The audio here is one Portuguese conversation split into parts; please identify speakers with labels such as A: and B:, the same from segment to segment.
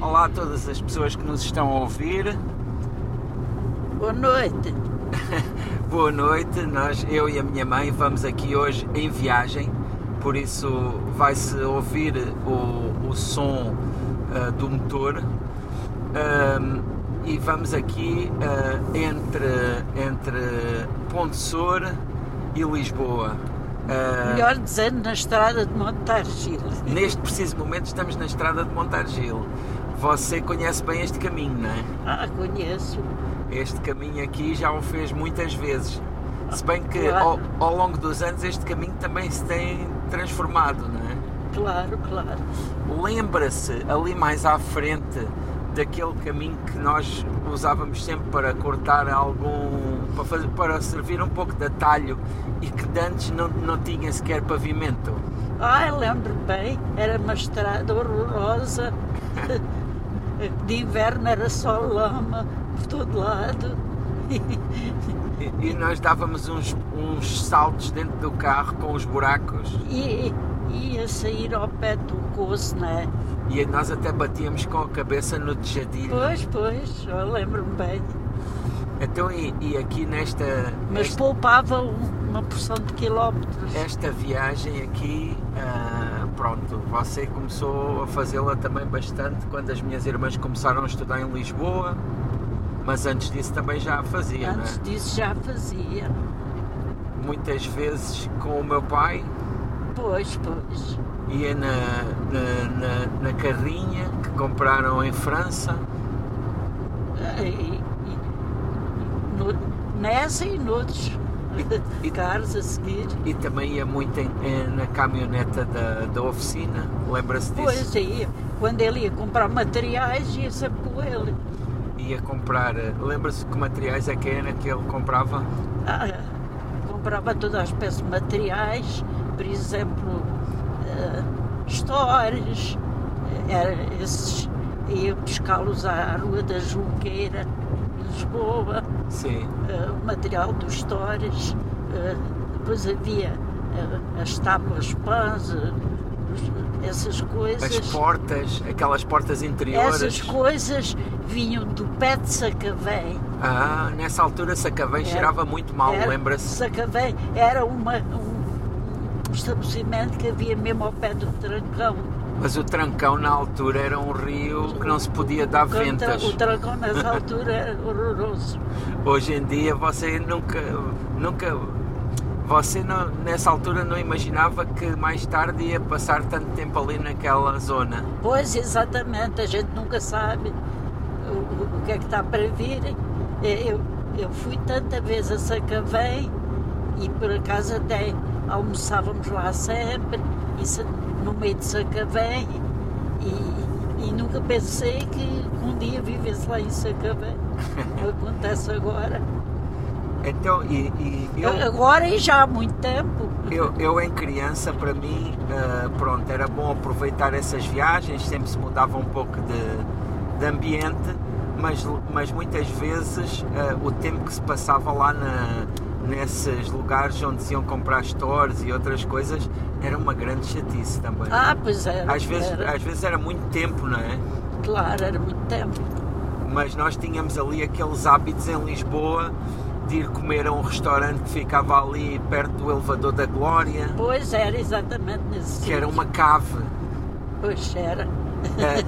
A: Olá a todas as pessoas que nos estão a ouvir.
B: Boa noite.
A: Boa noite. Nós, eu e a minha mãe, vamos aqui hoje em viagem, por isso vai-se ouvir o, o som uh, do motor. Um, e vamos aqui uh, entre, entre Pontessor e Lisboa. Uh,
B: Melhor dizendo, na estrada de Montargil.
A: Neste preciso momento estamos na estrada de Montargil. Você conhece bem este caminho, não é?
B: Ah, conheço.
A: Este caminho aqui já o fez muitas vezes. Se bem que ao,
B: Claro.
A: ao longo dos anos este caminho também se tem transformado, não é?
B: Claro, claro.
A: Lembra-se ali mais à frente daquele caminho que nós usávamos sempre para cortar algum. para, fazer, para servir um pouco de atalho e que de antes não, não tinha sequer pavimento.
B: Ah, eu lembro bem, era uma estrada horrorosa. De inverno era só lama por todo lado.
A: E, e nós dávamos uns, uns saltos dentro do carro com os buracos
B: E e ia sair ao pé do coço, não é?
A: e nós até batíamos com a cabeça no tejadilho.
B: Pois, pois, eu lembro-me bem.
A: Então, e, e aqui nesta
B: Mas
A: esta,
B: poupava um- uma porção de quilómetros.
A: esta viagem aqui, ah, pronto, você começou a fazê-la também bastante quando as minhas irmãs começaram a estudar em Lisboa, mas antes disso também já a fazia, não
B: Antes
A: é?
B: disso já fazia.
A: Muitas vezes com o meu pai,
B: Pois, pois.
A: ia na, na, na- na carrinha que compraram em França.
B: E- e- e- no- nessa e noutros
A: E- e-
B: carros a seguir.
A: E também ia muito em- em- na caminhoneta da, da oficina, lembra-se disso?
B: Pois aí, quando ele ia comprar materiais, ia sempre com ele.
A: Ia comprar, eh, lembra-se que materiais é que era que ele comprava?
B: Ah, comprava toda a espécie de materiais, por exemplo, ah, estores, era esses, ia buscá-los à Rua da Junqueira, em Lisboa.
A: Sim,
B: eh, o material dos Torres, eh, depois havia eh, as tábuas pãs, eh, os- essas
A: as
B: coisas.
A: portas, aquelas portas interiores.
B: Essas coisas vinham do pé de Sacavém.
A: Ah, nessa altura Sacavém
B: Era-
A: cheirava muito mal,
B: Era-
A: lembra-se?
B: Sacavém era uma- um, um estabelecimento que havia mesmo ao pé do Trancão.
A: Mas o Trancão na altura era um rio que não se podia dar
B: Quando tra-
A: ventas.
B: O Trancão nessa altura era horroroso.
A: Hoje em dia você nunca, nunca, você não- nessa altura não imaginava que mais tarde ia passar tanto tempo ali naquela zona.
B: Pois, exatamente, a gente nunca sabe o, o que é que está para vir. É, Eu, eu fui tanta vez a Sacavém e por acaso até almoçávamos lá sempre, e se- no meio de Sacavém, e, e nunca pensei que um dia vivesse lá em Sacavém. Acontece agora.
A: Então, e, e eu,
B: Agora e já há muito tempo.
A: eu, eu em criança, para mim, ah, pronto, era bom aproveitar essas viagens, sempre se mudava um pouco de, de ambiente, mas, mas muitas vezes ah, o tempo que se passava lá na- nesses lugares onde se iam comprar stores e outras coisas, era uma grande chatice também.
B: Ah, pois era.
A: Às vezes, é-
B: era,
A: às vezes era muito tempo, não é?
B: claro, era muito tempo.
A: Mas nós tínhamos ali aqueles hábitos em Lisboa de ir comer a um restaurante que ficava ali perto do elevador da Glória,
B: Pois era exatamente nesse
A: que era
B: sítio.
A: uma cave.
B: Pois era.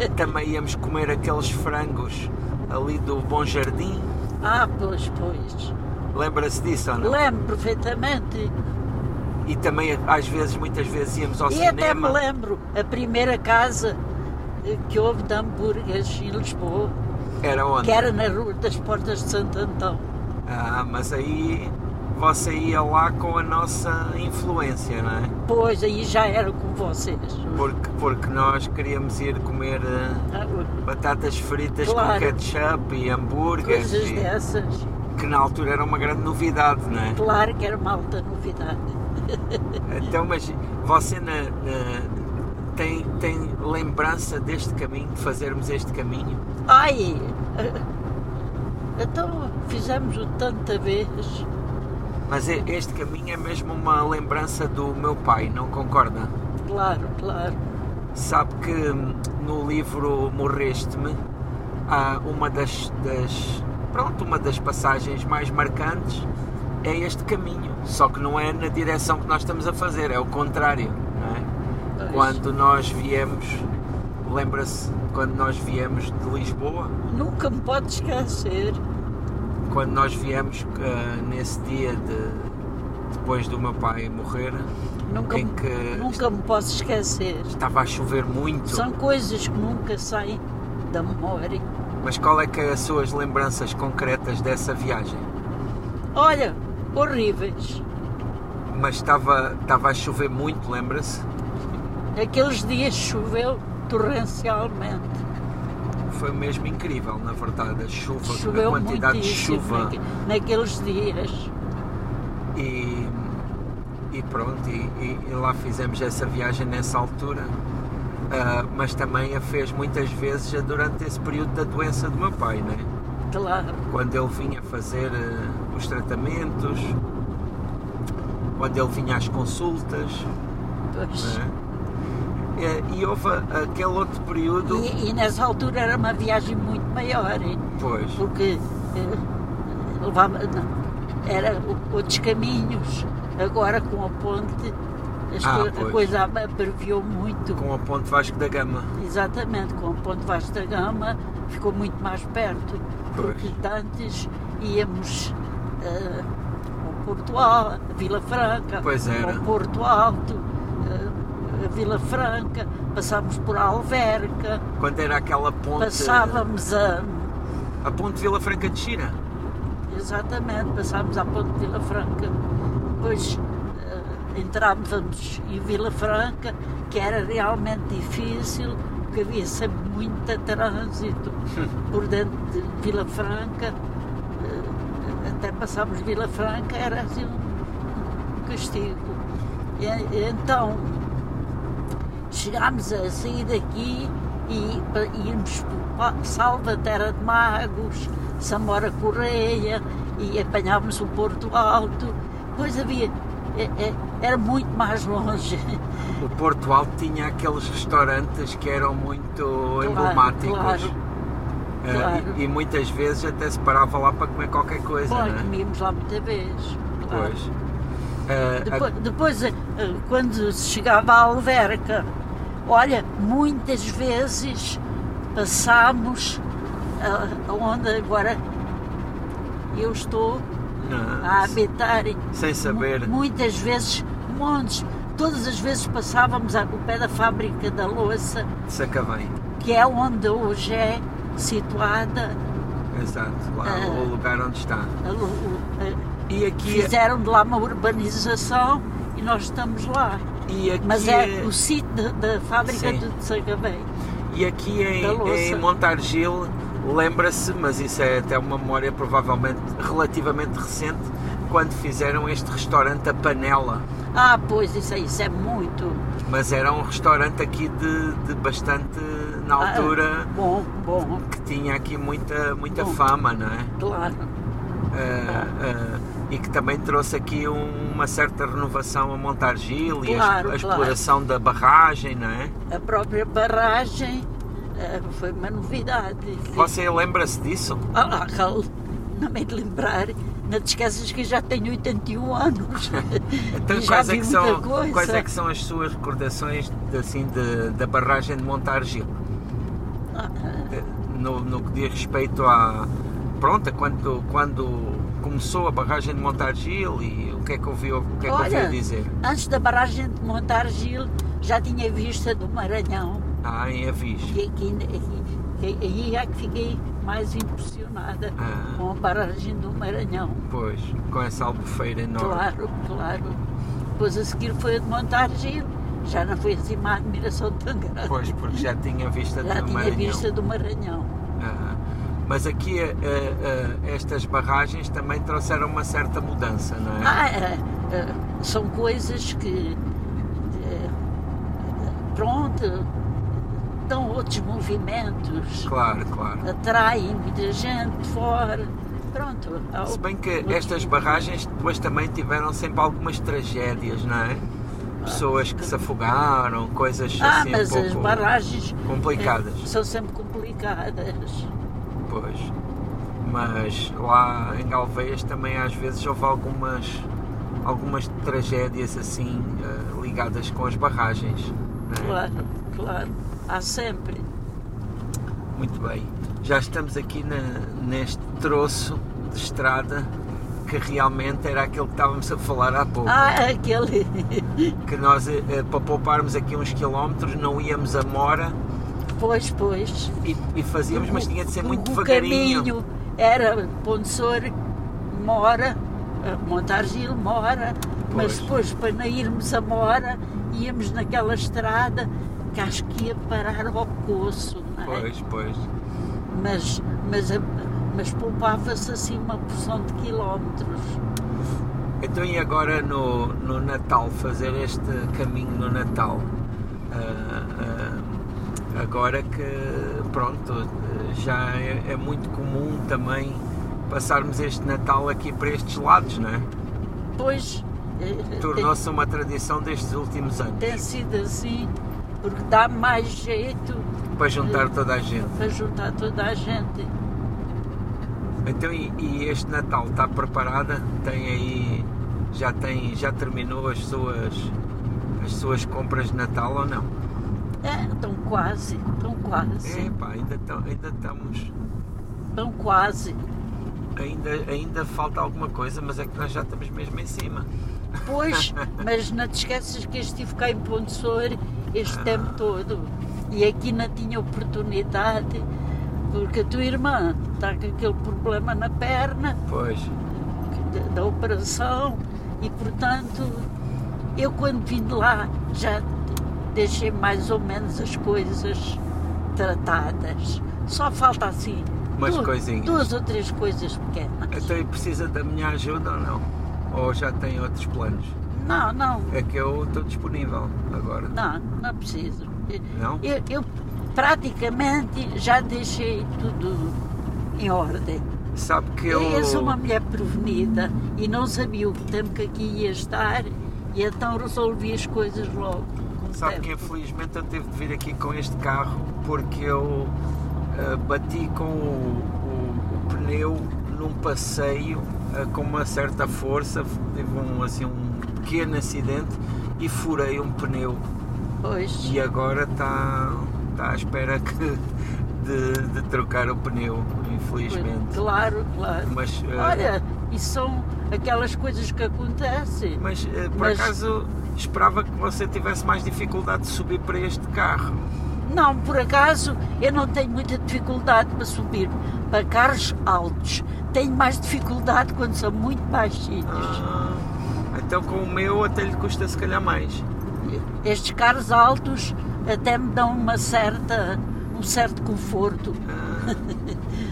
A: Eh, também íamos comer aqueles frangos ali do Bom Jardim.
B: Ah, pois, pois.
A: Lembra-se disso ou não?
B: Lembro perfeitamente.
A: E também, às vezes, muitas vezes íamos ao
B: e até me
A: cinema.
B: lembro a primeira casa eh, que houve de hambúrgueres em Lisboa,
A: Era onde?
B: que é- era na Rua das Portas de Santo Antão.
A: Ah, mas aí você ia lá com a nossa influência, não é?
B: Pois, aí já era com vocês.
A: Porque, porque nós queríamos ir comer. eh,
B: Ah, o-
A: batatas fritas com
B: Claro.
A: ketchup e hambúrgueres,
B: Coisas
A: e-
B: dessas.
A: que na altura era uma grande novidade, não é?
B: Claro que era uma alta novidade.
A: Então, mas você na- na- tem, tem lembrança deste caminho, de fazermos este caminho?
B: Ai! eh, Então fizemos-o tanta vez.
A: Mas e- este caminho é mesmo uma lembrança do meu pai, não concorda?
B: Claro, claro.
A: Sabe que hum, no livro Morreste-me há uma das, das- pronto, uma das passagens mais marcantes é este caminho, só que não é na direção que nós estamos a fazer, é o contrário, não é?
B: Pois.
A: Quando nós viemos, lembra-se quando nós viemos de Lisboa,
B: Nunca me pode esquecer.
A: quando nós viemos eh, nesse dia de depois do meu pai morrer,
B: Nunca,
A: em
B: me-
A: que
B: nunca me posso esquecer.
A: estava a chover muito.
B: São coisas que nunca saem da memória.
A: Mas qual é que é as suas lembranças concretas dessa viagem?
B: Olha, horríveis.
A: Mas estava, estava a chover muito, lembra-se?
B: Aqueles dias choveu torrencialmente.
A: Foi mesmo incrível, na verdade, a chuva,
B: Choveu
A: a quantidade de
B: muitíssimo
A: chuva.
B: naque- naqueles dias.
A: E, e pronto, e, e- e lá fizemos essa viagem nessa altura. Ah, mas também a fez muitas vezes durante esse período da doença do meu pai, né?
B: Claro.
A: quando ele vinha fazer eh, os tratamentos, quando ele vinha às consultas.
B: Pois.
A: né? Eh, E houve a- aquele outro período.
B: E, e nessa altura era uma viagem muito maior, hein?
A: Pois,
B: porque eh, levava, não, era o- outros caminhos. Agora com a ponte as
A: Ah,
B: co-
A: pois.
B: a coisa abreviou muito.
A: com o Ponte Vasco da Gama.
B: Exatamente, com o Ponte Vasco da Gama ficou muito mais perto, porque
A: Pois.
B: de antes íamos eh, ao Porto Alto, a Vila Franca,
A: Pois era.
B: ao Porto Alto, eh, a Vila Franca, passámos por Alverca,
A: Quando era aquela ponte.
B: passávamos a.
A: A ponte Vila Franca de Xira.
B: Exatamente, passámos à Ponte de Vila Franca, depois eh, entrávamos em Vila Franca, que era realmente difícil, porque havia sempre muito trânsito por dentro de Vila Franca, eh, até passámos Vila Franca, era assim um castigo. E, e então chegámos a sair daqui e pa- íamos para Salva Terra de Magos, Samora Correia e apanhámos o Porto Alto. Pois havia. é- é- Era muito mais longe.
A: O Porto Alto tinha aqueles restaurantes que eram muito emblemáticos.
B: claro,
A: Eh,
B: claro.
A: E, e muitas vezes até se parava lá para comer qualquer coisa,
B: Bom,
A: né?
B: comíamos lá muita vez. claro.
A: Pois. Eh, a-
B: Depois, depois, eh, quando se chegava à alverca, olha, muitas vezes passámos a onde agora eu estou
A: não,
B: a habitar.
A: Sem saber.
B: ah, Mu- Muitas vezes, montes, todas as vezes passávamos ao pé da fábrica da louça,
A: Sacavém.
B: que é onde hoje é situada.
A: Exato. Lá
B: Ah.
A: o lugar onde está.
B: a lu- o-
A: E é
B: a-
A: aqui,
B: Fizeram de lá uma urbanização e nós estamos lá.
A: e aqui,
B: Mas é o sítio da- da fábrica
A: Sim.
B: de Sacabém.
A: e aqui em,
B: da louça.
A: em Montargil, lembra-se, mas isso é até uma memória provavelmente relativamente recente, quando fizeram este restaurante A Panela.
B: Ah, pois, isso, é- isso é muito.
A: Mas era um restaurante aqui de, de bastante, na
B: Ah,
A: altura,
B: bom, bom,
A: que tinha aqui muita, muita
B: Bom.
A: fama, não é?
B: claro.
A: Ah, ah, e que também trouxe aqui um- uma certa renovação a Montargil e a,
B: Claro,
A: a
B: claro.
A: exploração da barragem, não é?
B: A própria barragem eh, foi uma novidade.
A: Você lembra-se disso?
B: Ah, ah, Raul, não me hei de lembrar, não te esqueças que eu já tenho 81 anos.
A: Então,
B: E já
A: quais, é
B: vi
A: que
B: muita
A: são,
B: coisa.
A: quais é que são as suas recordações de- assim, de- da barragem de Montargil?
B: Ah,
A: Eh, No, no que diz respeito à. Pronto, a quando, quando começou a barragem de Montargil e o que é que ouviu, o que é que
B: Olha.
A: ouviu dizer?
B: Antes da barragem de Montargil, já tinha vista do Maranhão.
A: Ah, em Avis.
B: E aqui, aqui, que- aí é que fiquei mais impressionada
A: Ah.
B: com a barragem do Maranhão.
A: Pois, com essa albufeira enorme.
B: Claro, claro. Depois a seguir foi a de Montargil. Já não foi assim uma admiração tão grande.
A: Pois, porque já tinha vista
B: já
A: do
B: tinha
A: Maranhão.
B: vista do Maranhão.
A: Ah, mas aqui eh, eh, eh, estas barragens também trouxeram uma certa mudança, não é?
B: Ah, é, é, são coisas que. é, pronto, dão outros movimentos,
A: Claro, claro.
B: atraem muita gente de fora. Pronto. há
A: Se bem que
B: outros
A: estas
B: movimentos.
A: barragens depois também tiveram sempre algumas tragédias, não é? pessoas que se afogaram, coisas
B: Ah,
A: assim
B: mas
A: um
B: as
A: pouco
B: barragens
A: complicadas.
B: eh, são sempre complicadas.
A: Pois. Mas lá em Galveias também às vezes houve algumas, algumas tragédias assim eh, ligadas com as barragens. né?
B: Claro, claro. Há sempre.
A: Muito bem. Já estamos aqui na- neste troço de estrada que realmente era aquele que estávamos a falar há pouco.
B: Ah, aquele.
A: Que nós, eh, eh, para pouparmos aqui uns quilómetros, não íamos a mora
B: Pois, pois.
A: e, e fazíamos, mas tinha de ser
B: O-
A: muito
B: o
A: devagarinho.
B: Um caminho era Ponsor, Mora, eh, Montargil, Mora, mas depois para não irmos a Mora, íamos naquela estrada que acho que ia parar ao Poço, não é?
A: Pois, pois.
B: Mas, mas, a- mas poupava-se assim uma porção de quilómetros.
A: Então e agora no, no Natal, fazer este caminho no Natal? Ah, ah, agora que pronto, já é, é muito comum também passarmos este Natal aqui para estes lados, não é?
B: Pois eh,
A: Tornou-se uma tradição destes últimos anos,
B: tem, tem sido assim, porque dá mais jeito
A: para juntar toda a gente.
B: para juntar toda a gente.
A: Então e, e este Natal está preparada? Tem aí, já tem, já terminou as suas, as suas compras de Natal ou não?
B: É, estão quase, estão quase,
A: Epá, ainda, tam- ainda estamos...
B: estão quase.
A: Ainda, ainda falta alguma coisa, mas é que nós já estamos mesmo em cima.
B: Pois, mas não te esqueças que eu estive cá em Ponsor este
A: Ah.
B: tempo todo e aqui não tinha oportunidade porque a tua irmã está com aquele problema na perna
A: Pois,
B: que- da, da operação e portanto eu quando vim de lá já deixei mais ou menos as coisas tratadas. Só falta assim
A: Umas
B: du-
A: coisinhas.
B: duas ou três coisas pequenas.
A: então e precisa da minha ajuda ou não? Ou já tem outros planos?
B: Não, não,
A: É que eu estou disponível agora.
B: não, não preciso.
A: Não?
B: Eu, eu praticamente já deixei tudo em ordem.
A: Sabe que eu.
B: Eu... sou uma mulher prevenida e não sabia o tempo que aqui ia estar e então resolvi as coisas logo. com o
A: Sabe
B: tempo.
A: que infelizmente eu tive de vir aqui com este carro porque eu ah, bati com o, o- o pneu num passeio ah, com uma certa força, tive um, assim, um pequeno acidente e furei um pneu
B: Pois,
A: E agora está tá à espera que, de, de trocar o pneu, infelizmente.
B: claro, claro.
A: Mas, eh,
B: Olha, e são aquelas coisas que acontecem.
A: mas eh, por
B: mas-
A: acaso esperava que você tivesse mais dificuldade de subir para este carro.
B: Não, por acaso eu não tenho muita dificuldade para subir para carros altos. Tenho mais dificuldade quando são muito baixinhos.
A: Ah, então com o meu até lhe custa se calhar mais.
B: Estes carros altos até me dão uma certa, um certo conforto.
A: Ah,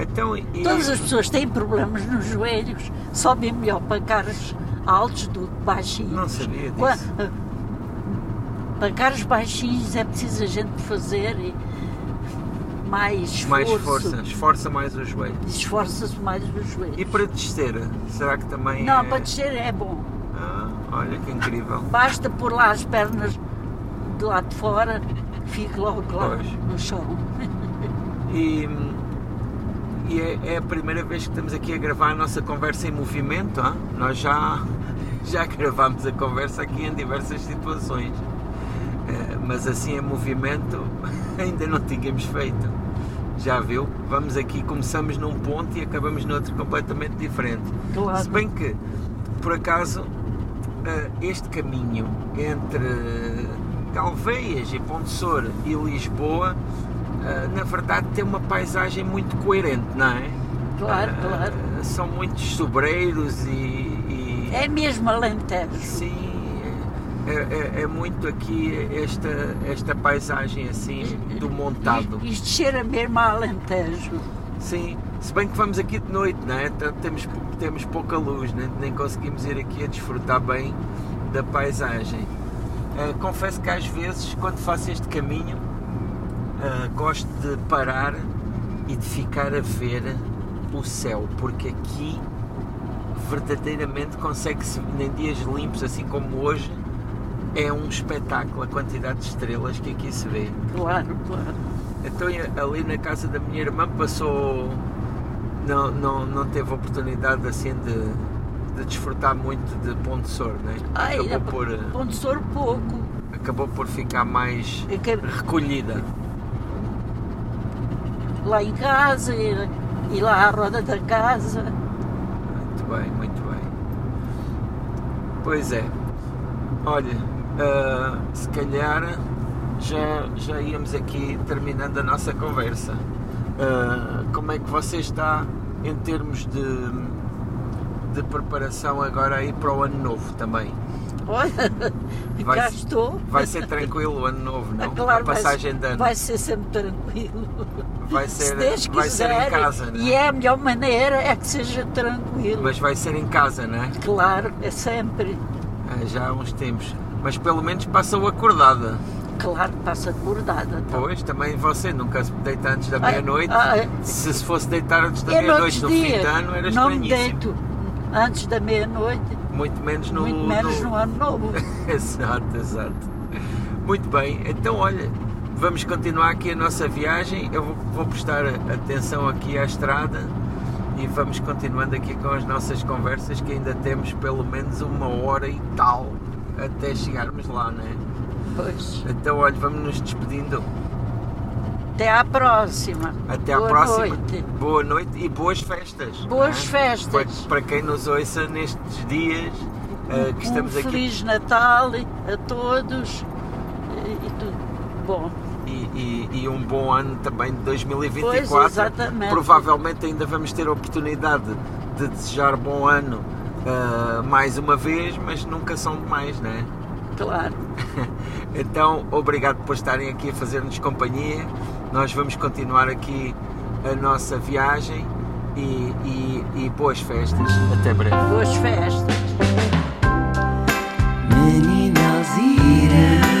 A: então e,
B: Todas as pessoas têm problemas nos joelhos, sobem melhor para carros altos do que baixinhos.
A: não sabia
B: Qua-
A: disso.
B: Para carros baixinhos é preciso a gente fazer mais esforço.
A: Mais força, esforça mais o joelho.
B: Esforça-se mais os joelhos.
A: E para descer, será que também
B: Não,
A: é...
B: para descer é bom.
A: Ah, olha que incrível.
B: Basta pôr lá as pernas de lá de fora, fico logo lá
A: Pois.
B: no chão.
A: E, e é, é a primeira vez que estamos aqui a gravar a nossa conversa em movimento. hã? Nós já, já gravámos a conversa aqui em diversas situações. Eh, Mas assim em movimento ainda não tínhamos feito. Já viu? Vamos aqui, começamos num ponto e acabamos noutro completamente diferente.
B: Claro.
A: Se bem que, por acaso, eh, este caminho entre Galveias e Pontessor e Lisboa, eh, na verdade, tem uma paisagem muito coerente, não é?
B: Claro,
A: Eh,
B: claro.
A: São muitos sobreiros e. e-
B: É mesmo Alentejo.
A: Sim, é, é- é muito aqui esta, esta paisagem assim do montado.
B: Isto, isto cheira mesmo a Alentejo.
A: Sim, se bem que vamos aqui de noite, não é? Então temos, pou- temos pouca luz, nem, nem conseguimos ir aqui a desfrutar bem da paisagem. Eh, confesso que às vezes, quando faço este caminho, eh, gosto de parar e de ficar a ver o céu, porque aqui verdadeiramente consegue-se, em dias limpos, assim como hoje, É um espetáculo a quantidade de estrelas que aqui se vê.
B: Claro, claro.
A: Então ali na casa da minha irmã passou. Não, não, não teve oportunidade assim de, de desfrutar muito de Ponte Sor, né?
B: Ai,
A: acabou,
B: é,
A: por,
B: Ponte Sor pouco.
A: acabou por ficar mais
B: É que
A: recolhida.
B: Lá em casa e, e lá à roda da casa.
A: Muito bem, muito bem. Pois é. Olha, ah, se calhar já, já íamos aqui terminando a nossa conversa. Ah, como é que você está em termos de, de preparação agora aí para o ano novo também?
B: Olha,
A: Vai
B: cá
A: ser-
B: estou.
A: Vai ser tranquilo o ano novo, não? a
B: vai ser-
A: passagem de ano.
B: vai ser sempre tranquilo.
A: Vai
B: Se
A: ser,
B: Deus
A: vai ser
B: quiser,
A: em casa, não
B: e é a melhor maneira é que seja tranquilo.
A: Mas vai ser em casa, não é?
B: Claro, é sempre.
A: Ah, Já há uns tempos. Mas pelo menos passou acordada.
B: Claro que passa acordada. então.
A: Pois, também você nunca se deita antes da
B: Ai,
A: meia-noite.
B: ai.
A: Se se fosse deitar antes da
B: Eu
A: meia-noite no
B: noutros
A: fim de
B: dias
A: ano, era
B: Não me
A: estranhíssimo.
B: deito antes da meia-noite,
A: Muito menos no.
B: muito menos no ano novo.
A: exato, exato. Muito bem, então olha, vamos continuar aqui a nossa viagem. Eu vou, vou prestar atenção aqui à estrada e vamos continuando aqui com as nossas conversas, que ainda temos pelo menos uma hora e tal até chegarmos lá, né?
B: Pois.
A: Então olha, vamos nos despedindo.
B: Até à próxima.
A: Até à
B: Boa
A: próxima. Tipo,
B: Noite.
A: Boa noite e boas festas.
B: Boas
A: não é?
B: festas.
A: Para, para quem nos ouça nestes dias eh, que estamos
B: um
A: aqui.
B: Feliz Natal a todos e, e tudo bom.
A: E, e- e um bom ano também de 2024.
B: Pois, exatamente.
A: Provavelmente ainda vamos ter a oportunidade de desejar bom ano eh, mais uma vez, mas nunca são demais, não é?
B: Claro.
A: Então, obrigado por estarem aqui a fazer-nos companhia. Nós vamos continuar aqui a nossa viagem e- e- e boas festas. Até breve.
B: Boas festas.
C: Meninas irem.